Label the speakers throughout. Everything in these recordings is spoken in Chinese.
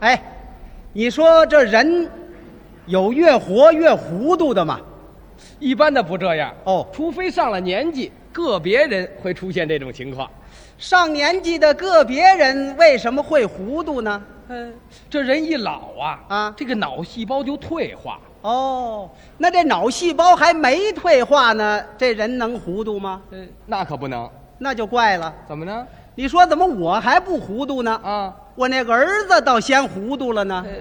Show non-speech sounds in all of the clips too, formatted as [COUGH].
Speaker 1: 哎，你说这人有越活越糊涂的吗？
Speaker 2: 一般的不这样
Speaker 1: 哦
Speaker 2: 除非上了年纪，个别人会出现这种情况。
Speaker 1: 上年纪的个别人为什么会糊涂呢？
Speaker 2: 嗯，这人一老啊，
Speaker 1: 啊
Speaker 2: 这个脑细胞就退化。
Speaker 1: 哦，那这脑细胞还没退化呢，这人能糊涂吗？
Speaker 2: 嗯，那可不能，
Speaker 1: 那就怪了。
Speaker 2: 怎么呢？
Speaker 1: 你说怎么我还不糊涂呢？
Speaker 2: 啊，
Speaker 1: 我那个儿子倒先糊涂了呢。
Speaker 2: 呃，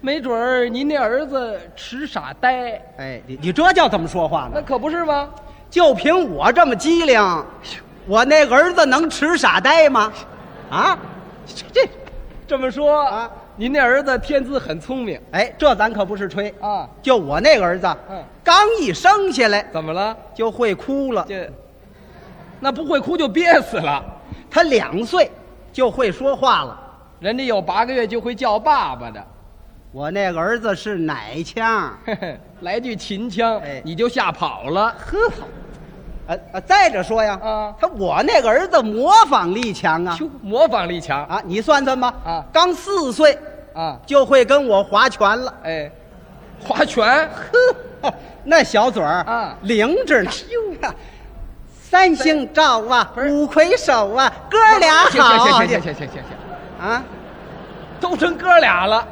Speaker 2: 没准儿您那儿子痴傻呆，
Speaker 1: 哎，你你这叫怎么说话
Speaker 2: 那
Speaker 1: 呢？
Speaker 2: 可不是吗？
Speaker 1: 就凭我这么机灵，我那个儿子能吃傻呆吗？啊，这这，
Speaker 2: 这么说
Speaker 1: 啊，
Speaker 2: 您那儿子天资很聪明
Speaker 1: 哎，这咱可不是吹，
Speaker 2: 啊，
Speaker 1: 就我那个儿子，
Speaker 2: 嗯
Speaker 1: 刚一生下来
Speaker 2: 怎么了？
Speaker 1: 就会哭了，
Speaker 2: 这那不会哭就憋死了。
Speaker 1: 他两岁就会说话了。
Speaker 2: 人家有八个月就会叫爸爸的， [LAUGHS]
Speaker 1: 我那个儿子是奶腔，
Speaker 2: 嘿嘿，来句秦腔，
Speaker 1: 哎
Speaker 2: 你就吓跑了。
Speaker 1: 呵，呃呃，再者说呀，
Speaker 2: 啊
Speaker 1: 他我那个儿子模仿力强啊，
Speaker 2: 就模仿力强
Speaker 1: 啊，你算算吧，
Speaker 2: 啊
Speaker 1: 刚四岁
Speaker 2: 啊！
Speaker 1: 就会跟我划拳了，
Speaker 2: 哎，划拳，
Speaker 1: 呵，那小嘴儿
Speaker 2: 啊
Speaker 1: 灵着呢。 [LAUGHS] 三星照啊，
Speaker 2: 是
Speaker 1: 五魁首啊，哥俩
Speaker 2: 行行
Speaker 1: 好
Speaker 2: 行行行行行行，
Speaker 1: 啊，
Speaker 2: 都成哥俩了，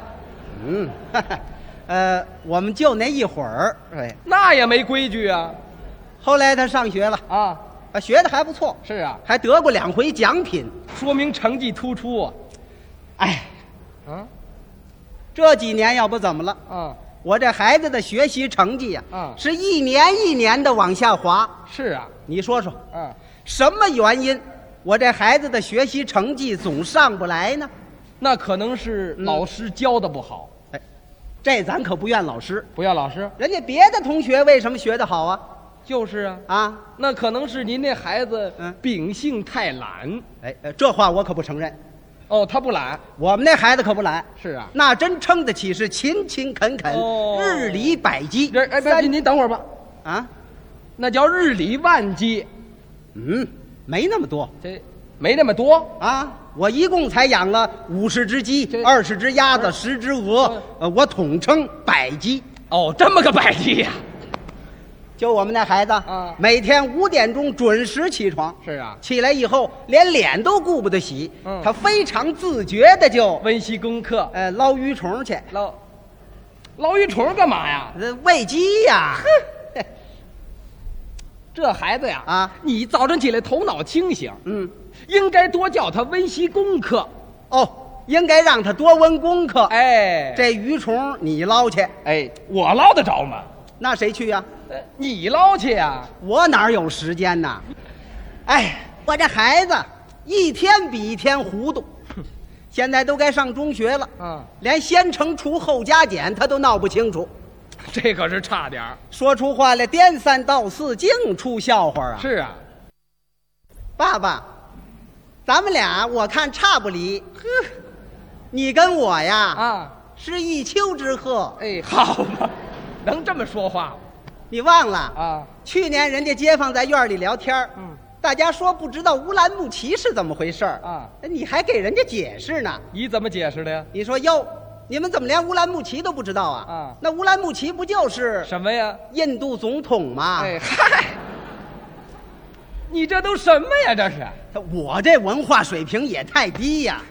Speaker 1: 嗯，哈哈呃，我们就那一会儿，哎，
Speaker 2: 那也没规矩啊
Speaker 1: 后来他上学了，
Speaker 2: 啊！
Speaker 1: 啊，学的还不错，
Speaker 2: 是啊，
Speaker 1: 还得过两回奖品。
Speaker 2: 说明成绩突出啊！
Speaker 1: 哎，
Speaker 2: 啊
Speaker 1: 这几年要不怎么了，
Speaker 2: 啊，
Speaker 1: 我这孩子的学习成绩呀、
Speaker 2: 啊
Speaker 1: 是一年一年的往下滑。
Speaker 2: 是啊，
Speaker 1: 你说说，
Speaker 2: 啊，
Speaker 1: 什么原因，我这孩子的学习成绩总上不来呢？
Speaker 2: 那可能是
Speaker 1: 嗯
Speaker 2: 老师教的不好，
Speaker 1: 哎，这咱可不怨老师，
Speaker 2: 不要老师，
Speaker 1: 人家别的同学为什么学得好啊？
Speaker 2: 就是啊，
Speaker 1: 啊，
Speaker 2: 那可能是您那孩子
Speaker 1: 嗯
Speaker 2: 秉性太懒，
Speaker 1: 哎，呃这话我可不承认，
Speaker 2: 哦，他不懒，
Speaker 1: 我们那孩子可不懒，
Speaker 2: 是啊，
Speaker 1: 那真称得起是勤勤恳恳，
Speaker 2: 哦
Speaker 1: 日理百机。
Speaker 2: 这哎，别
Speaker 1: 三
Speaker 2: 您您等会儿吧，
Speaker 1: 啊，
Speaker 2: 那叫日理万机，
Speaker 1: 嗯，没那么多
Speaker 2: 这没那么多，
Speaker 1: 啊。我一共才养了五十只鸡，
Speaker 2: 这嗯
Speaker 1: 二十只鸭子，十只鹅，呃，我统称百鸡。
Speaker 2: 哦，这么个百计呀、
Speaker 1: 就我们那孩子，
Speaker 2: 啊
Speaker 1: 每天五点钟准时起床，
Speaker 2: 是啊，
Speaker 1: 起来以后连脸都顾不得洗，
Speaker 2: 嗯
Speaker 1: 他非常自觉的就
Speaker 2: 温习功课，
Speaker 1: 呃捞鱼虫去，
Speaker 2: 捞捞鱼虫干嘛呀？
Speaker 1: 呃喂鸡呀、
Speaker 2: 这孩子呀，
Speaker 1: 啊
Speaker 2: 你早晨起来头脑清醒，
Speaker 1: [LAUGHS] 嗯，
Speaker 2: 应该多叫他温习功课。
Speaker 1: 哦，应该让他多温功课。
Speaker 2: 哎，
Speaker 1: 这鱼虫你捞去，
Speaker 2: 哎，我捞得着吗？
Speaker 1: 那谁去呀、
Speaker 2: 呃你捞去呀、
Speaker 1: 我哪有时间呐？哎，我这孩子一天比一天糊涂，现在都该上中学了，
Speaker 2: 啊，
Speaker 1: 连先乘除后加减他都闹不清楚。
Speaker 2: 这可是差点儿。
Speaker 1: 说出话来颠三倒四，净出笑话啊！
Speaker 2: 是啊，
Speaker 1: 爸爸，咱们俩我看差不离。呵，你跟我呀，
Speaker 2: 啊，
Speaker 1: 是一丘之貉。
Speaker 2: 哎，好吧，能这么说话吗
Speaker 1: 你忘了？
Speaker 2: 啊？
Speaker 1: 去年人家街坊在院里聊天儿
Speaker 2: 嗯
Speaker 1: 大家说不知道乌兰牧骑是怎么回事儿哎
Speaker 2: 啊，
Speaker 1: 你还给人家解释呢？
Speaker 2: 你怎么解释的呀？
Speaker 1: 你说哟，你们怎么连乌兰牧骑都不知道啊？
Speaker 2: 啊
Speaker 1: 那乌兰牧骑不就是
Speaker 2: 什么呀？
Speaker 1: 印度总统吗？
Speaker 2: 哎嗨，你这都什么呀？这是？
Speaker 1: 他我这文化水平也太低呀、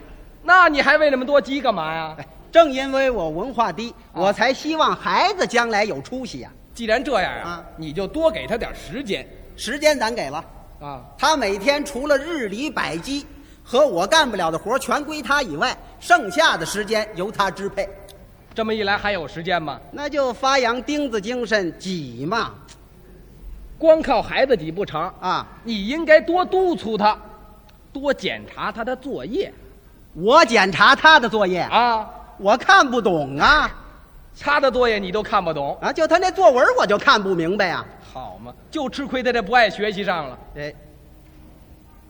Speaker 2: 那你还喂那么多鸡干嘛呀？
Speaker 1: 哎正因为我文化低，
Speaker 2: 啊
Speaker 1: 我才希望孩子将来有出息呀、
Speaker 2: 既然这样
Speaker 1: 啊
Speaker 2: 你就多给他点时间
Speaker 1: 时间咱给了，
Speaker 2: 啊。
Speaker 1: 他每天除了日理百机和我干不了的活儿全归他以外，剩下的时间由他支配。
Speaker 2: 这么一来还有时间吗？
Speaker 1: 那就发扬钉子精神，挤嘛
Speaker 2: 光靠孩子抵不成，
Speaker 1: 啊！
Speaker 2: 你应该多督促他，多检查他的作业
Speaker 1: 我检查他的作业，
Speaker 2: 啊。
Speaker 1: 我看不懂啊
Speaker 2: 他的作业你都看不懂，
Speaker 1: 啊！就他那作文，我就看不明白啊。
Speaker 2: 好嘛，就吃亏在这不爱学习上了
Speaker 1: 哎，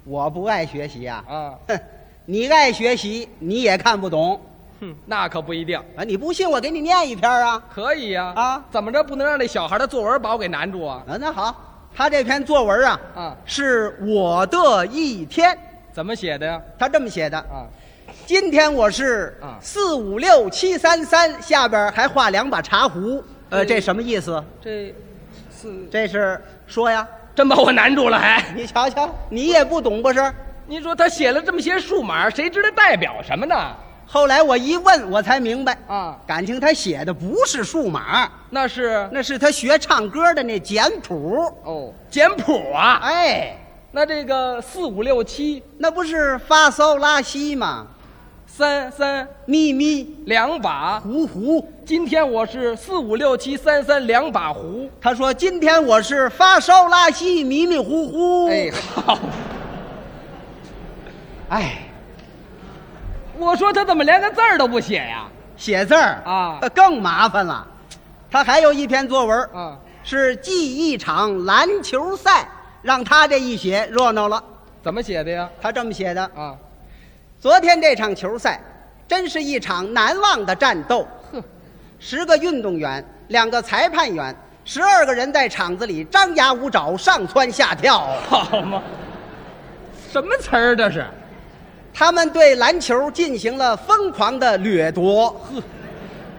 Speaker 1: 我不爱学习啊！
Speaker 2: 啊。
Speaker 1: 哼，你爱学习，你也看不懂
Speaker 2: 哼，那可不一定，
Speaker 1: 啊！你不信，我给你念一篇啊！
Speaker 2: 可以呀
Speaker 1: 啊
Speaker 2: 怎么着不能让那小孩的作文把我给难住啊？
Speaker 1: 啊，那好，他这篇作文啊，
Speaker 2: 啊
Speaker 1: 是我的一天，
Speaker 2: 怎么写的呀？
Speaker 1: 他这么写的：
Speaker 2: 啊，
Speaker 1: 今天我是
Speaker 2: 啊
Speaker 1: 四五六七三三，下边还画两把茶壶。呃，
Speaker 2: 嗯
Speaker 1: 这什么意思？
Speaker 2: 这四
Speaker 1: 这是说呀，
Speaker 2: 真把我难住了，还
Speaker 1: 你瞧瞧，你也不懂不是？
Speaker 2: 你说他写了这么些数码，谁知道代表什么呢？
Speaker 1: 后来我一问，我才明白
Speaker 2: 啊
Speaker 1: 感情他写的不是数码，
Speaker 2: 那是
Speaker 1: 那是他学唱歌的那简谱。
Speaker 2: 哦简谱啊，
Speaker 1: 哎，
Speaker 2: 那这个四五六七
Speaker 1: 那不是发骚拉稀吗？
Speaker 2: 三三
Speaker 1: 咪咪
Speaker 2: 两把，
Speaker 1: 糊糊。
Speaker 2: 今天我是四五六七三三两把胡，
Speaker 1: 他说：“今天我是发烧拉稀，迷迷糊糊。”
Speaker 2: 哎好，
Speaker 1: 哎，
Speaker 2: 我说他怎么连个字儿都不写呀？
Speaker 1: 写字儿
Speaker 2: 啊
Speaker 1: 呃更麻烦了。他还有一篇作文，
Speaker 2: 啊，
Speaker 1: 是记一场篮球赛，让他这一写热闹了。
Speaker 2: 怎么写的呀？
Speaker 1: 他这么写的：
Speaker 2: 啊，
Speaker 1: 昨天这场球赛，真是一场难忘的战斗。
Speaker 2: 呵，
Speaker 1: 十个运动员，两个裁判员，十二个人在场子里张牙舞爪，上蹿下跳。
Speaker 2: 好嘛，什么词儿这是？
Speaker 1: 他们对篮球进行了疯狂的掠夺，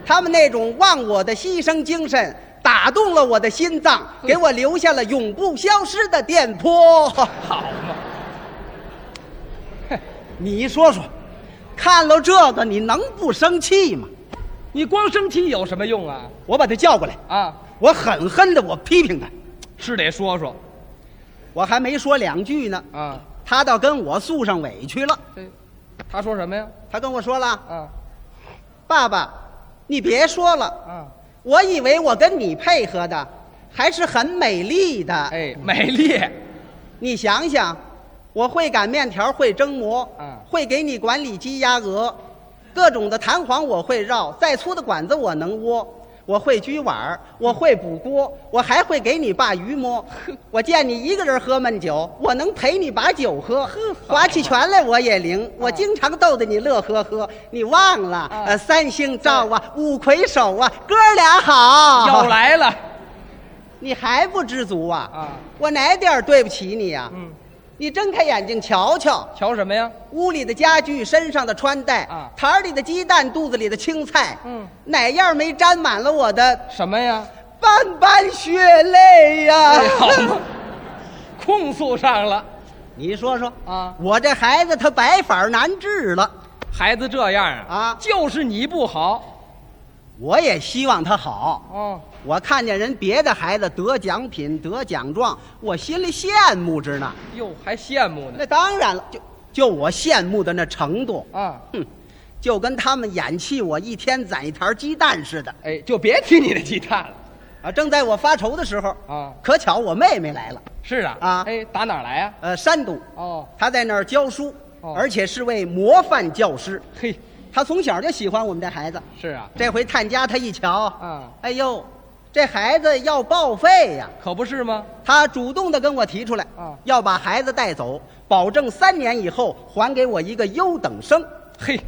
Speaker 1: 他们那种忘我的牺牲精神打动了我的心脏，给我留下了永不消失的电波。 [LAUGHS]
Speaker 2: 好嘛，嘿，
Speaker 1: 你说说，看了这个你能不生气吗？
Speaker 2: 你光生气有什么用啊？
Speaker 1: 我把他叫过来，
Speaker 2: 啊，
Speaker 1: 我狠狠的我批评他，
Speaker 2: 是得说说
Speaker 1: 我还没说两句呢，
Speaker 2: 啊。
Speaker 1: 他倒跟我诉上委屈了。
Speaker 2: 这，他说什么呀？
Speaker 1: 他跟我说了
Speaker 2: 啊：“
Speaker 1: 爸爸，你别说了，
Speaker 2: 啊，
Speaker 1: 我以为我跟你配合的还是很美丽的。”
Speaker 2: 哎，美丽，
Speaker 1: 你想想，我会擀面条，会蒸馍，
Speaker 2: 嗯
Speaker 1: 会给你管理鸡鸭鹅，各种的弹簧我会绕，再粗的管子我能窝。我会掬碗儿，我会补锅，我还会给你把鱼摸。我见你一个人喝闷酒，我能陪你把酒喝。划起拳来我也灵，我经常逗得你乐呵呵。你忘了？
Speaker 2: 嗯
Speaker 1: 呃，三星照啊，五魁首啊，哥俩好。
Speaker 2: 要来了
Speaker 1: 你还不知足啊？
Speaker 2: 啊。
Speaker 1: 我哪点儿对不起你啊呀、
Speaker 2: 嗯，
Speaker 1: 你睁开眼睛瞧瞧，
Speaker 2: 瞧什么呀？
Speaker 1: 屋里的家具、身上的穿戴、
Speaker 2: 啊
Speaker 1: 坛儿里的鸡蛋、肚子里的青菜，
Speaker 2: 嗯，
Speaker 1: 哪样没沾满了我的
Speaker 2: 什么呀？
Speaker 1: 斑斑血泪呀、
Speaker 2: 哎，好嘛，控诉上了
Speaker 1: [LAUGHS] 你说说，
Speaker 2: 啊。
Speaker 1: 我这孩子他白法儿难治了，
Speaker 2: 孩子这样
Speaker 1: 啊
Speaker 2: 就是你不好
Speaker 1: 我也希望他好。
Speaker 2: 哦。
Speaker 1: 我看见人别的孩子得奖品、得奖状，我心里羡慕着呢。
Speaker 2: 哟，还羡慕呢
Speaker 1: 那当然了，就就我羡慕的那程度，
Speaker 2: 啊！
Speaker 1: 哼，就跟他们演戏我一天攒一坛鸡蛋似的。
Speaker 2: 哎，就别提你的鸡蛋了
Speaker 1: 啊，正在我发愁的时候，
Speaker 2: 啊！
Speaker 1: 可巧我妹妹来了，
Speaker 2: 是啊
Speaker 1: 啊
Speaker 2: 哎，打哪儿来啊？
Speaker 1: 呃，山东，
Speaker 2: 哦，
Speaker 1: 她在那儿教书，
Speaker 2: 哦
Speaker 1: 而且是位模范教师。
Speaker 2: 嘿，
Speaker 1: 她从小就喜欢我们这孩子。
Speaker 2: 是啊，
Speaker 1: 这回探家，她一瞧，
Speaker 2: 啊，
Speaker 1: 哎呦，这孩子要报废呀！
Speaker 2: 可不是吗？
Speaker 1: 她主动的跟我提出来，
Speaker 2: 啊
Speaker 1: 要把孩子带走，保证三年以后还给我一个优等生。
Speaker 2: 嘿，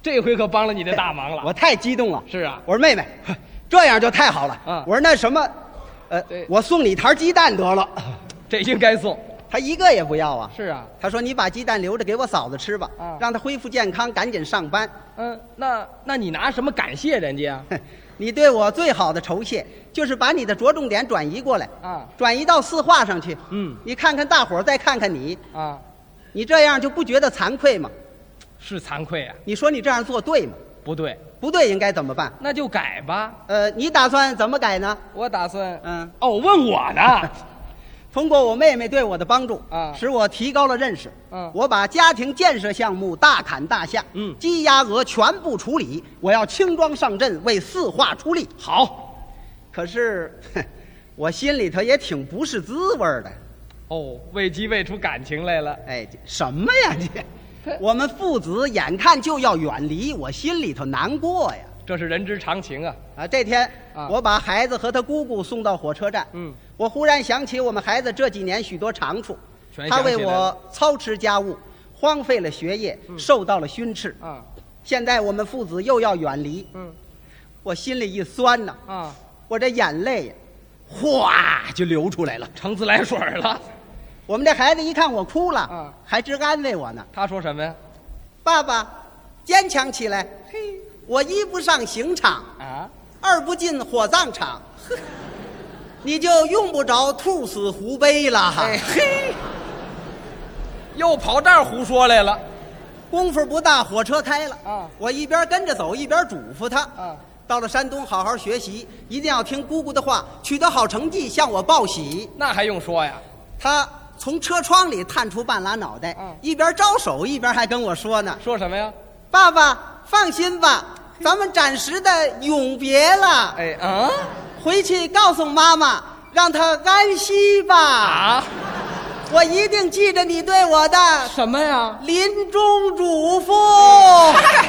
Speaker 2: 这回可帮了你的大忙了。
Speaker 1: 我太激动了。
Speaker 2: 是啊
Speaker 1: 我说妹妹，呵这样就太好了。
Speaker 2: 啊
Speaker 1: 我说那什么，呃
Speaker 2: 对，
Speaker 1: 我送你一坛鸡蛋
Speaker 2: [LAUGHS]
Speaker 1: 得了。
Speaker 2: 这应该送。
Speaker 1: 她一个也不要啊。
Speaker 2: 是啊，
Speaker 1: 他说：“你把鸡蛋留着给我嫂子吃吧，
Speaker 2: 啊
Speaker 1: 让她恢复健康，赶紧上班。 [LAUGHS]
Speaker 2: 嗯，那那你拿什么感谢人家啊？
Speaker 1: 哼你对我最好的酬谢，就是把你的着重点转移过来，
Speaker 2: 啊
Speaker 1: 转移到四化上去。
Speaker 2: 嗯
Speaker 1: 你看看大伙儿，再看看你，
Speaker 2: 啊，
Speaker 1: 你这样就不觉得惭愧吗？
Speaker 2: 是惭愧啊，
Speaker 1: 你说你这样做对吗？
Speaker 2: 不对，
Speaker 1: 不对，应该怎么办？
Speaker 2: 那就改吧。
Speaker 1: 呃，你打算怎么改呢？
Speaker 2: 我打算，
Speaker 1: 嗯，
Speaker 2: 哦，问我呢。
Speaker 1: 通过我妹妹对我的帮助
Speaker 2: 啊
Speaker 1: 使我提高了认识。
Speaker 2: 嗯
Speaker 1: 我把家庭建设项目大砍大下，
Speaker 2: 嗯
Speaker 1: 鸡鸭鹅全部处理，我要轻装上阵，为四化出力。
Speaker 2: 好，
Speaker 1: 可是， [LAUGHS] 哼我心里头也挺不是滋味儿的。
Speaker 2: 哦，喂鸡喂出感情来了。
Speaker 1: 哎，这什么呀
Speaker 2: [LAUGHS]
Speaker 1: 这？我们父子眼看就要远离，我心里头难过呀。
Speaker 2: 这是人之常情啊。
Speaker 1: 啊，这天、
Speaker 2: 啊
Speaker 1: 我把孩子和他姑姑送到火车站，
Speaker 2: 嗯，
Speaker 1: 我忽然想起我们孩子这几年许多长处
Speaker 2: 全，想
Speaker 1: 他
Speaker 2: 起来
Speaker 1: 为我操持家务，荒废了学业，
Speaker 2: 嗯
Speaker 1: 受到了训斥。
Speaker 2: 啊，
Speaker 1: 现在我们父子又要远离，
Speaker 2: 嗯，
Speaker 1: 我心里一酸呐，
Speaker 2: 啊，
Speaker 1: 我这眼泪呀，哗就流出来了。
Speaker 2: 成自来水了。
Speaker 1: 我们这孩子一看我哭了，
Speaker 2: 啊
Speaker 1: 还直安慰我呢。
Speaker 2: 他说什么呀？
Speaker 1: 爸爸，坚强起来。
Speaker 2: 嘿
Speaker 1: 我一不上刑场，
Speaker 2: 啊，
Speaker 1: 二不进火葬场， [LAUGHS] 你就用不着兔死狐悲了。
Speaker 2: 哎嘿，又跑这儿胡说来了。
Speaker 1: 功夫不大，火车开了
Speaker 2: 啊
Speaker 1: 我一边跟着走，一边嘱咐他
Speaker 2: 啊
Speaker 1: 到了山东好好学习，一定要听姑姑的话，取得好成绩向我报喜。
Speaker 2: 那还用说呀？
Speaker 1: 他从车窗里探出半拉脑袋，
Speaker 2: 嗯
Speaker 1: 一边招手一边还跟我说呢
Speaker 2: 说什么呀？：“
Speaker 1: 爸爸，放心吧，咱们暂时的永别了，
Speaker 2: 哎啊
Speaker 1: 回去告诉妈妈，让她安息吧。
Speaker 2: 啊！
Speaker 1: 我一定记着你对我的
Speaker 2: 什么呀？ [LAUGHS]
Speaker 1: 临终嘱咐。
Speaker 2: 嗨